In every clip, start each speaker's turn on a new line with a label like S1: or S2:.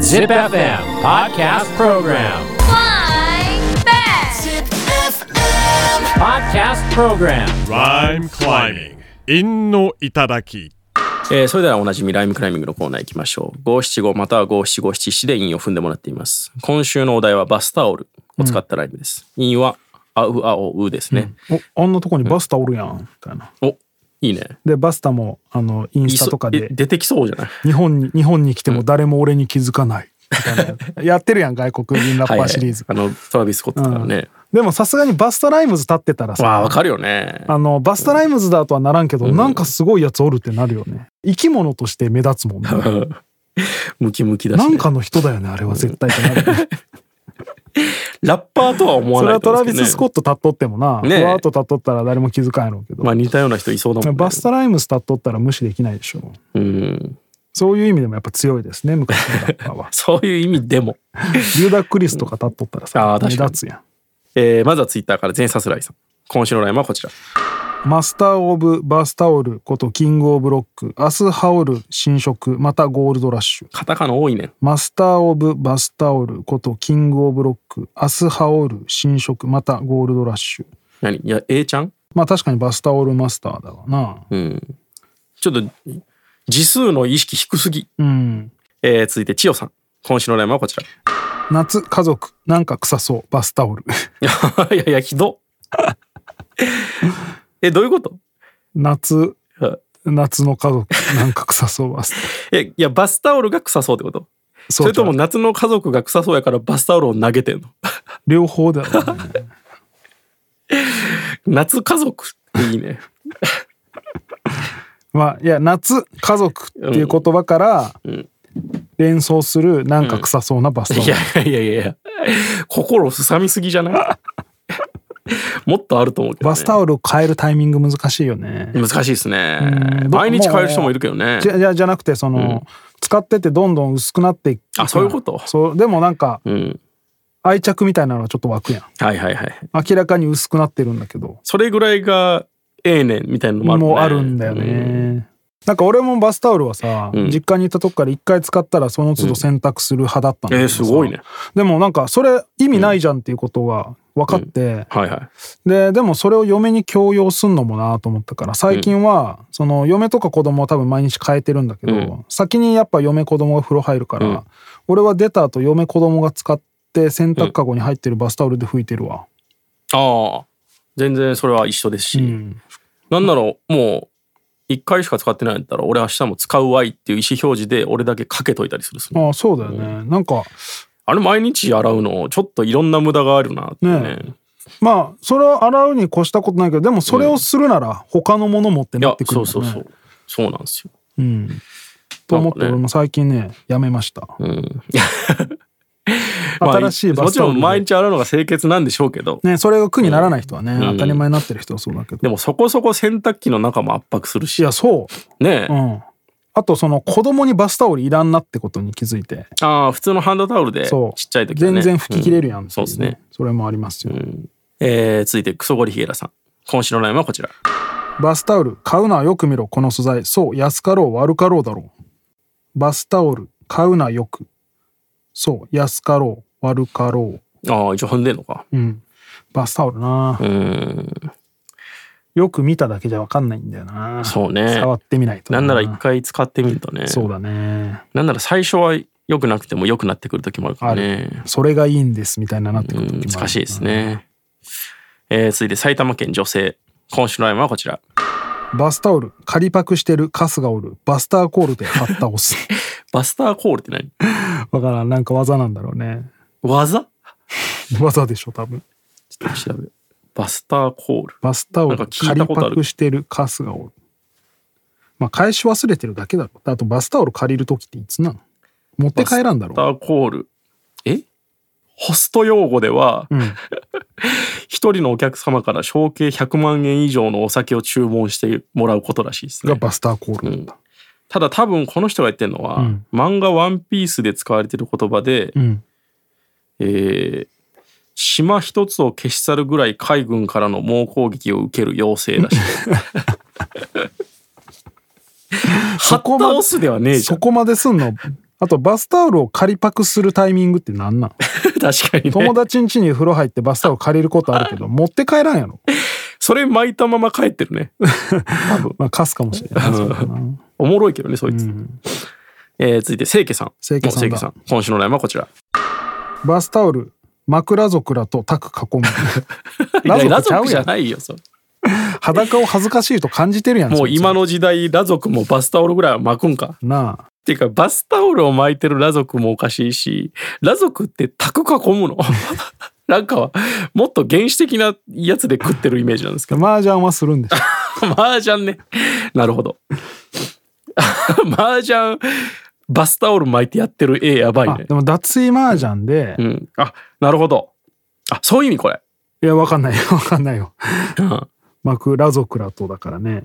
S1: Zip FM Podcast Program.
S2: Flying back.
S1: Podcast Program.
S3: Rhyme climbing. 陰の頂き。
S4: えーそれではおなじみライムクライミングのコーナー行きましょう。五七五または五七五七七で韻を踏んでもらっています。今週のお題はバスタオルを使ったライムです。韻、はあうあおうですね。
S5: おあんなとこにバスタおるやんみたいな。
S4: おいいね。
S5: でバスタもあのイン
S4: い
S5: スタ
S4: そ
S5: とか
S4: え
S5: で
S4: 出てきそうじゃない
S5: 日本に日本に来ても誰も俺に気づかないみたいなやってるやん外国人ラッパーシリーズ。
S4: はいはいあのトラビス・スコットからね。
S5: でもさすがにバスタライムズ立ってたら
S4: わあ
S5: さ
S4: わかるよね。
S5: あのバスタライムズだとはならんけど、なんかすごいやつおるってなるよね。生き物として目 立つもんね。
S4: ムキムキだし、ね。
S5: なんかの人だよねあれは絶対って なるよね
S4: ラッパーとは思わ
S5: それ
S4: ない
S5: は
S4: と
S5: ト
S4: 思う
S5: ラ
S4: んですけ
S5: ビ
S4: どね
S5: ス・スコット立っとってもな、
S4: ねえ
S5: ふわーっと立っとったら誰も気づかんやろうけど、
S4: まあ似たような人いそうだもんね。
S5: バスタライムズ立っとったら無視できないでしょ
S4: うん。
S5: そういう意味でもやっぱ強いですね昔のラッパーは
S4: そういう意味でも。
S5: リューダ・クリスとか立っとったら
S4: うんあ
S5: さ
S4: ー、確
S5: 目
S4: かに
S5: 立つやん。
S4: えーまずはツイッターから全サスライさん。今週のライムはこちら。
S5: マスター・オブ・バスタオルことキング・オブ・ロック、明日羽織る新色、またゴールドラッシュ。
S4: カタカナ多いね。
S5: マスター・オブ・バスタオルことキング・オブ・ロック、明日羽織る新色、またゴールドラッシュ。
S4: 何いや、A ちゃん
S5: まあ確かにバスタオルマスターだわな。
S4: うん。ちょっと、字数の意識低すぎ。
S5: うん。
S4: えー続いて、千代さん。今週のライムはこちら。
S5: 夏、家族、なんか臭そう、バスタオル。
S4: いやいや、ひど っ。え、どういうこと
S5: 夏、夏の家族、なんか臭そう、バスタオル。
S4: え、いや、バスタオルが臭そうってことそ
S5: そう
S4: れとも夏の家族が臭そうやからバスタオルを投げてんの
S5: 両方だよね。
S4: 夏家族っていいね。
S5: まあ、いや夏家族っていう言葉から
S4: ん
S5: 連想するなんか臭そうなバスタオ
S4: い
S5: ル、
S4: やいやいやいや、心すさみすぎじゃない もっとあると思うけど、ね。
S5: バスタオルを変えるタイミング難しいよね。
S4: 難しいですね
S5: う。ん
S4: 毎日変える人もいるけどね。
S5: じゃじゃじゃなくてその、使っててどんどん薄くなっていくやん
S4: あそういうこと
S5: そうでもなんか
S4: うん。
S5: 愛着みたいなのはちょっと湧くやん
S4: はいはいはい。
S5: 明らかに薄くなってるんだけど
S4: それぐらいがええねんみたいなのもある、ね、
S5: もうあるんだよね、なんか俺もバスタオルはさ、
S4: うん
S5: 実家にいたとこから一回使ったらその都度洗濯する派だったん
S4: うん。
S5: だ
S4: え
S5: け
S4: ー
S5: ど
S4: す
S5: さ
S4: ごいね。
S5: でもなんかそれ意味ないじゃんっていうことは分かって、
S4: はいはい。
S5: ででもそれを嫁に強要すんのもなと思ったから最近は、その嫁とか子供は多分毎日変えてるんだけど、
S4: うん
S5: 先にやっぱ嫁子供が風呂入るから、
S4: うん
S5: 俺は出た後嫁子供が使って洗濯かごに入ってるバスタオルで拭いてるわ、
S4: ああ、全然それは一緒ですし、
S5: うん
S4: なんならもう一回しか使ってないんだったら、俺明日も使うわいっていう意思表示で俺だけかけといたりするっすね
S5: ああそうだよね、なんか
S4: あれ毎日洗うの、ちょっといろんな無駄があるなってね。
S5: ねまあそれを洗うに越したことないけどでもそれをするなら他のものもって
S4: い
S5: な
S4: や
S5: って、くる
S4: そ
S5: ん
S4: う
S5: だ
S4: そ
S5: よ
S4: う
S5: ね
S4: そう。そうなんですよ。
S5: うんと思って
S4: なんかね
S5: 俺も最近ねやめました、
S4: うん。
S5: 新しいバスタオ
S4: もちろ
S5: ル
S4: ん毎日洗うのが清潔なんでしょうけど、
S5: ねそれが苦にならない人はね、
S4: ん
S5: 当たり前になってる人はそうだけど
S4: でもそこそこ洗濯機の中も圧迫する
S5: い
S4: し、
S5: やそう
S4: ねえ、
S5: うん。あとその子供にバスタオルいらんなってことに気づいて、
S4: ああ、普通のハンドタオルでち
S5: そう
S4: っちゃい時はね
S5: 全然拭き切れるやん、
S4: うんそうですね。。
S5: それもありますよ。
S4: えー、続いてクソゴリヒゲラさん。今週のラインはこちら。
S5: バスタオル買うなよく見ろこの素材そう安かろう悪かろうだろう。バスタオル買うなよくそう安かろう悪かろ
S4: ああ、一応踏んでんのか。
S5: う。うん。バスタオルな
S4: う、ーん。
S5: よく見ただけじゃわかんないんだよな。
S4: そうね
S5: 触ってみないと。
S4: なんなら一回使ってみるとね。
S5: そうだね。
S4: なんなら最初は良くなくても良くなってくる時もあるからね。
S5: それがいいんですみたいななってく
S4: う
S5: る
S4: ん、
S5: 時もある
S4: 難しいです。ね。えー、続いて埼玉県女性。今週のラインはこちら。
S5: バスタオル仮パクしてるカスがおるバスターコールで貼った押 す。
S4: バスターコールって何
S5: わからん、なんか技なんだろうね。
S4: 技
S5: 技でしょ、多分。
S4: ちょっと調べようバスターコール。
S5: バスタオル
S4: なんか聞いた
S5: 仮
S4: ことある
S5: パクしてるカスがおる。まあ、返し忘れてるだけだろ。あと、バスタオル借りるときっていつなの持って帰らん
S4: バ
S5: だろ。
S4: スターコール。えホスト用語では、
S5: うん。
S4: 一人のお客様から賞金100万円以上のお酒を注文してもらうことらしいです
S5: が
S4: ね。
S5: バスターコールなんだ。
S4: ただ多分この人が言ってるのは、
S5: うん
S4: 漫画「ワンピースで使われてる言葉で、
S5: うん。
S4: えー島一つを消し去るぐらい海軍 からの猛攻撃を受ける要請らしい。 ハッタオスではねえじゃ
S5: そ
S4: ん。
S5: こまですんのあとバスタオルを仮パクするタイミングってな んなん
S4: 確かにね
S5: 友。達ん家に風呂入ってバスタオル借りることあるけど持って帰らんやろ
S4: それ巻いたまま帰ってるね。多分。
S5: まあ貸すかもしれないそうだな
S4: おもろいけどね、そいつ。えー続いて、清家さん。
S5: 清家さんだ
S4: もうさん。今週のラインはこちら。
S5: バスタオル枕族らとタク囲む ラ
S4: いや
S5: 族ちゃう
S4: じ
S5: や
S4: ゃ
S5: ん
S4: ないよ、そう
S5: 裸を恥ずかしいと感じてるやん
S4: もう今
S5: の
S4: の時代、ラ族もバスタオルぐらいは巻くんか。
S5: なあ
S4: っていうか、バスタオルを巻いてるラ族もおかしいし、ラ族ってタク囲むの なんかは、もっと原始的なやつで食ってるイメージなんですけど。
S5: 麻雀はするんでしょ
S4: 麻雀ね。なるほど。 麻雀、バスタオル巻いてやってる絵やばい
S5: あ
S4: ね
S5: で。も脱衣麻雀で、
S4: うん。あ、なるほど。あ、そういう意味これ。
S5: いやわかんないよ わかんないよ
S4: うん。だか
S5: 枕族らとだからね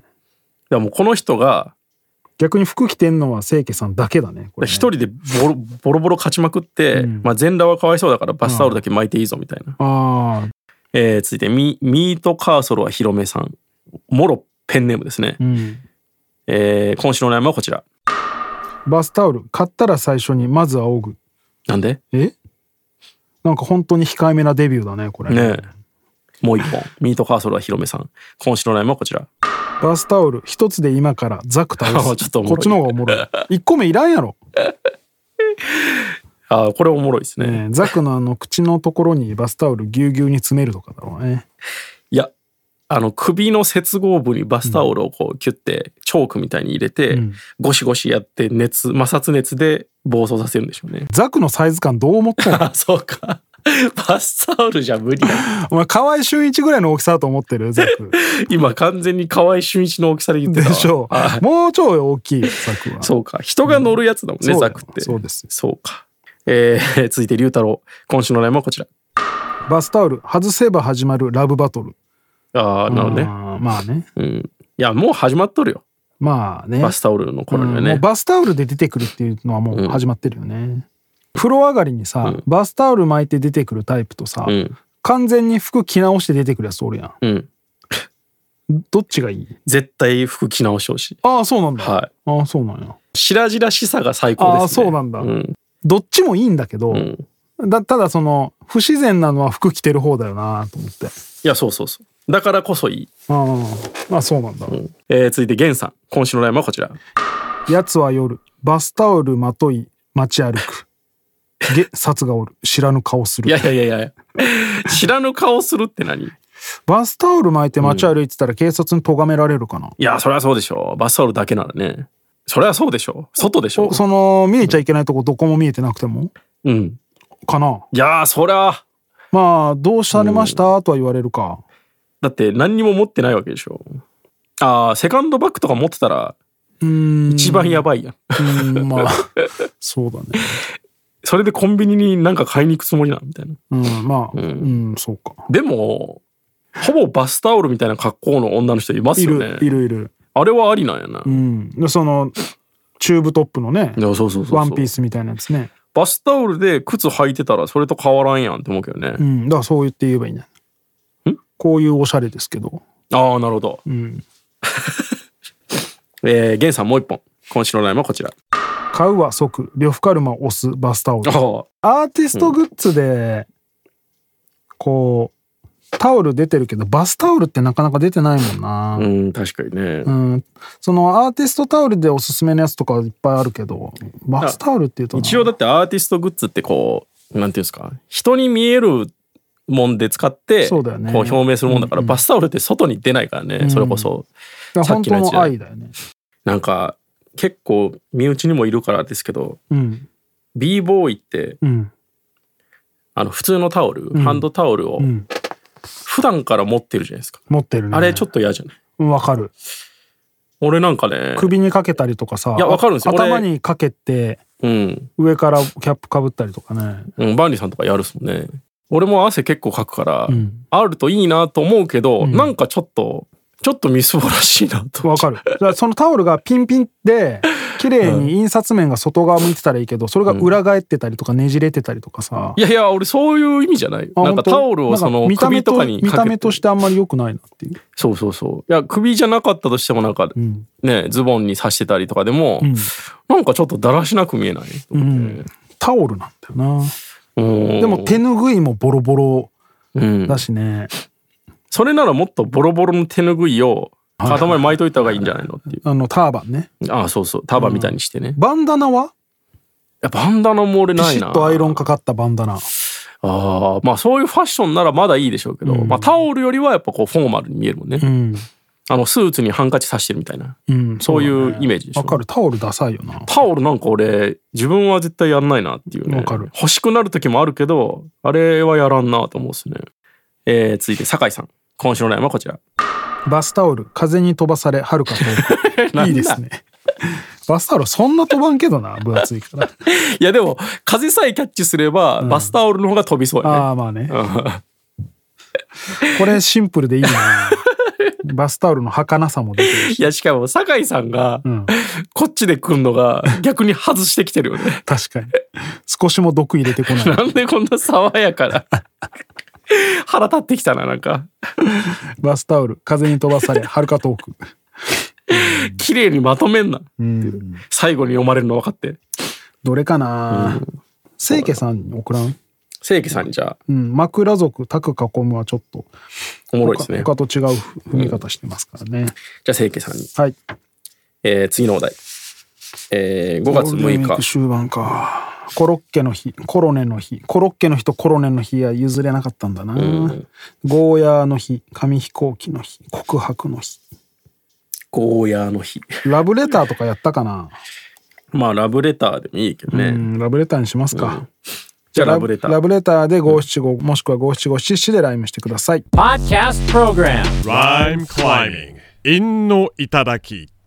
S4: らもうこの人が、
S5: 逆に服着てんのは清家さんだけだねこれね
S4: 一人でボロボロボロ勝ちまくって、
S5: うん
S4: まあ全裸はかわいそうだからバスタオルだけ巻いていいぞみたいな。
S5: ああ
S4: えー続いてミ、ミートカーソルは広めさん。もろペンネームですね。
S5: うん
S4: えー今週の悩みはこちら。
S5: バスタオル買ったら最初にまず仰ぐ
S4: なんで
S5: えなんか本当に控えめなデビューだねこれ
S4: ねえ。もう一本。ミートカーソルは広めさん。今週の悩みはこちら。
S5: バスタオル一つで今からザク倒す
S4: ちょっとおも
S5: こ
S4: ろい
S5: っちの方がおもろい一個目いらんやろ、
S4: あーこれおもろいですね。
S5: ねえ、ザクのあの口のところにバスタオルぎゅうぎゅうに詰めるとかだろうね
S4: いや、あの首の接合部にバスタオルをこうキュッてチョークみたいに入れて、
S5: うん
S4: ゴシゴシやって熱摩擦熱で暴走させるんでしょうね。
S5: ザクのサイズ感どう思 ったの
S4: あそうか。バスタオルじゃ無理だ。
S5: お前河合俊一ぐらいの大きさだと思ってるザク
S4: 今完全に河合俊一の大きさで言って
S5: で
S4: たわ
S5: しょ
S4: あ
S5: うもうちょい大きいザクは
S4: そうか。人が乗るやつだもんね、
S5: そうだ
S4: ザ
S5: よ
S4: クって。
S5: そうですよ
S4: そうか。えー 続いて龍太郎。今週のラインはこちら。
S5: バスタオル外せば始まるラブバトル
S4: ああ、なるほどね。
S5: あーまあね
S4: うん。いや、もう始まっとるよ。
S5: まあね
S4: バスタオルの頃には
S5: うんもう
S4: ね。
S5: バスタオルで出てくるっていうのはもう始まってるよね、風呂上がりにさ、バスタオル巻いて出てくるタイプとさ、
S4: ん
S5: 完全に服着直して出てくるやつおるやん
S4: うん。
S5: どっちがいい
S4: 絶対服着直してほしい。
S5: ああそうなんだ、
S4: はい。
S5: ああそうなんや
S4: 白々しさが最高ですね。
S5: あーそうなんだ
S4: うん。
S5: どっちもいいんだけど、
S4: うん
S5: だただその不自然なのは服着てる方だよなと思って
S4: いや、そうそうそう。だからこそいい。
S5: あああそうなんだ、
S4: うんえー続いて、ゲンさん。今週のラインはこちら。
S5: やつは夜バスタオルまとい街歩くげ札がおる知らぬ顔す
S4: い
S5: る
S4: やいやいやいや。知らぬ顔するって何い
S5: バスタオル巻いて街歩いてたら警察に咎められるかな、
S4: や、そりゃそうでしょう。バスタオルだけならね。そりゃそうでしょう。外でしょ
S5: おその見えちゃいけないとこどこも見えてなくても
S4: う。うん。
S5: かない
S4: やー、そりゃ、
S5: まあどうされましたとは言われるか
S4: だって何にも持ってないわけでしょ。ああ、セカンドバッグとか持ってたら
S5: うーん
S4: 一番やばいやん。
S5: うーんまあ そうだね
S4: それでコンビニになんか買いに行くつもりなんみたいな。
S5: うんまあうん、そうか
S4: でも、ほぼバスタオルみたいな格好の女の人います
S5: い
S4: よ
S5: る、
S4: ね。
S5: いるいる
S4: あれはありなんやな。
S5: うんでそのチューブトップのね
S4: いやそうそうそうそう
S5: ワンピースみたいなやつね
S4: バスタオルで靴履いてたらそれと変わらんやんって思うけどね、
S5: うんだからそう言って言えばいいんじゃないこういうおしゃれですけど
S4: ああなるほど、
S5: ん
S4: えー、ゲンさんもう一本今週のラインはこちら
S5: 買うは即呂布カルマ押すバスタオル
S4: ああ
S5: アーティストグッズで、こう、タオル出てるけど、バスタオルってなかなか出てないもんな。
S4: うん確かにね、
S5: うん。そのアーティストタオルでおすすめのやつとかいっぱいあるけど、バスタオルっていうとな、
S4: 一応だってアーティストグッズってこうなんていうんですか人に見えるもんで使って
S5: そうだよね
S4: こう表明するもんだから、バスタオルって外に出ないからね、それこそ
S5: だから
S4: さっ
S5: 本
S4: きの
S5: 当
S4: やつ
S5: の愛だよね。
S4: なんか結構身内にもいるからですけど
S5: うん。
S4: b ボーイって
S5: うん。
S4: あの普通のタオル、ハンドタオルを
S5: ん
S4: 普段から持ってるじゃないですか、
S5: 持ってるね。
S4: あれちょ
S5: っ
S4: っと嫌じゃない
S5: と。わかる。
S4: 俺なんかね
S5: 首にかけたりとかさ。
S4: いやわかるんですよ俺
S5: 頭にかけて、
S4: うん、
S5: 上からキャップかぶったりとかね。
S4: うん、バンリーさんとかやるっすもんね俺も汗結構かくから、
S5: ん
S4: あるといいなと思うけど、なんかちょっとちょっとみすぼらしいなと
S5: わかる。だからそのタオルがピンピンで、綺麗に印刷面が外側向いてたらいいけどそれが裏返ってたりとかねじれてたりとかさ、
S4: いやいや、俺そういう意味じゃないよ。
S5: あ
S4: なんか
S5: 本当
S4: タオルをそ
S5: な
S4: の
S5: ん見た目
S4: 首とかにかけ。
S5: 見た目としててあんまり良くないなっていう
S4: そうそうそう。いや、首じゃなかったとしてもなんか、
S5: ん
S4: ね、ズボンに刺してたりとかでも、
S5: ん
S4: なんかちょっとだらしなく見えないと思って
S5: タオルなんだよな
S4: うん
S5: でも手ぬぐいもボロボロ
S4: うん
S5: だしね、
S4: それならもっとボロボロの手ぬぐいを頭に巻いといた方がいいんじゃないのっていう。
S5: あのターバンね
S4: ああ、そうそう。束みたいにしてね。い
S5: バンダナは
S4: や、バンダナも俺
S5: ピ
S4: ない
S5: シ
S4: な。
S5: ッとアイロンかかったバンダナ
S4: ああ、まあそういうファッションならまだいいでしょうけど、まあタオルよりはやっぱこうフォーマルに見えるもんね。
S5: うん、
S4: あの、スーツにハンカチ刺してるみたいな。
S5: うん、
S4: そういう
S5: だね
S4: イメージでしょ
S5: わかるタオルダサいよな
S4: タオルなんか俺、自分は絶対やんないなっていうね。
S5: わかる
S4: 欲しくなる時もあるけど、あれはやらんなと思うっすね。えー、続いて、酒井さん。今週の悩みはこちら。
S5: バスタオル風に飛ばされはる か遠くいいですねバスタオルそんな飛ばんけどな分厚 いから
S4: いやでも、風さえキャッチすれば、バスタオルの方が飛びそうや
S5: ああまあね
S4: ね。
S5: これシンプルでいいな バスタオルの儚さも出てるし
S4: いや、しかも、酒井さんが、
S5: ん
S4: こっちで来んのが、逆に外してきてるよ ね。
S5: 確かに少しも毒入れてこない
S4: なんでこんな爽やかな。 腹立ってきたな、なんか。
S5: バスタオル風に飛ばされはるか遠く
S4: 綺麗にまとめんな。
S5: うん
S4: 最後に読まれるの分かって。
S5: どれかな清家さんに送らん
S4: 清家さんにじゃあ、
S5: うん枕族タク囲むはちょっと
S4: おもろいですね。
S5: 他他と違う踏み方してますからね
S4: じゃあ、清家さんに。
S5: はい
S4: えー次のお題。えー5月
S5: ゴールデンウィー
S4: 6
S5: ク
S4: 日。
S5: 終盤かコロッケの日コロネの日コロッケの日とコロネの日は譲れなかったんだな、ゴーヤーの日紙飛行機の日告白の日
S4: ゴーヤーの日。
S5: ラブレターとかやったかな、
S4: まあ、ラブレターでもいいけど
S5: う
S4: ね。
S5: ん、ラブレターにしますか、
S4: じゃあ、ラブレタ
S5: ラ
S4: ー。
S5: ブレターで五七五もしくは五七五七七でライムしてください
S1: Podcast Program.
S3: Rhyme climbing. 陰の頂き。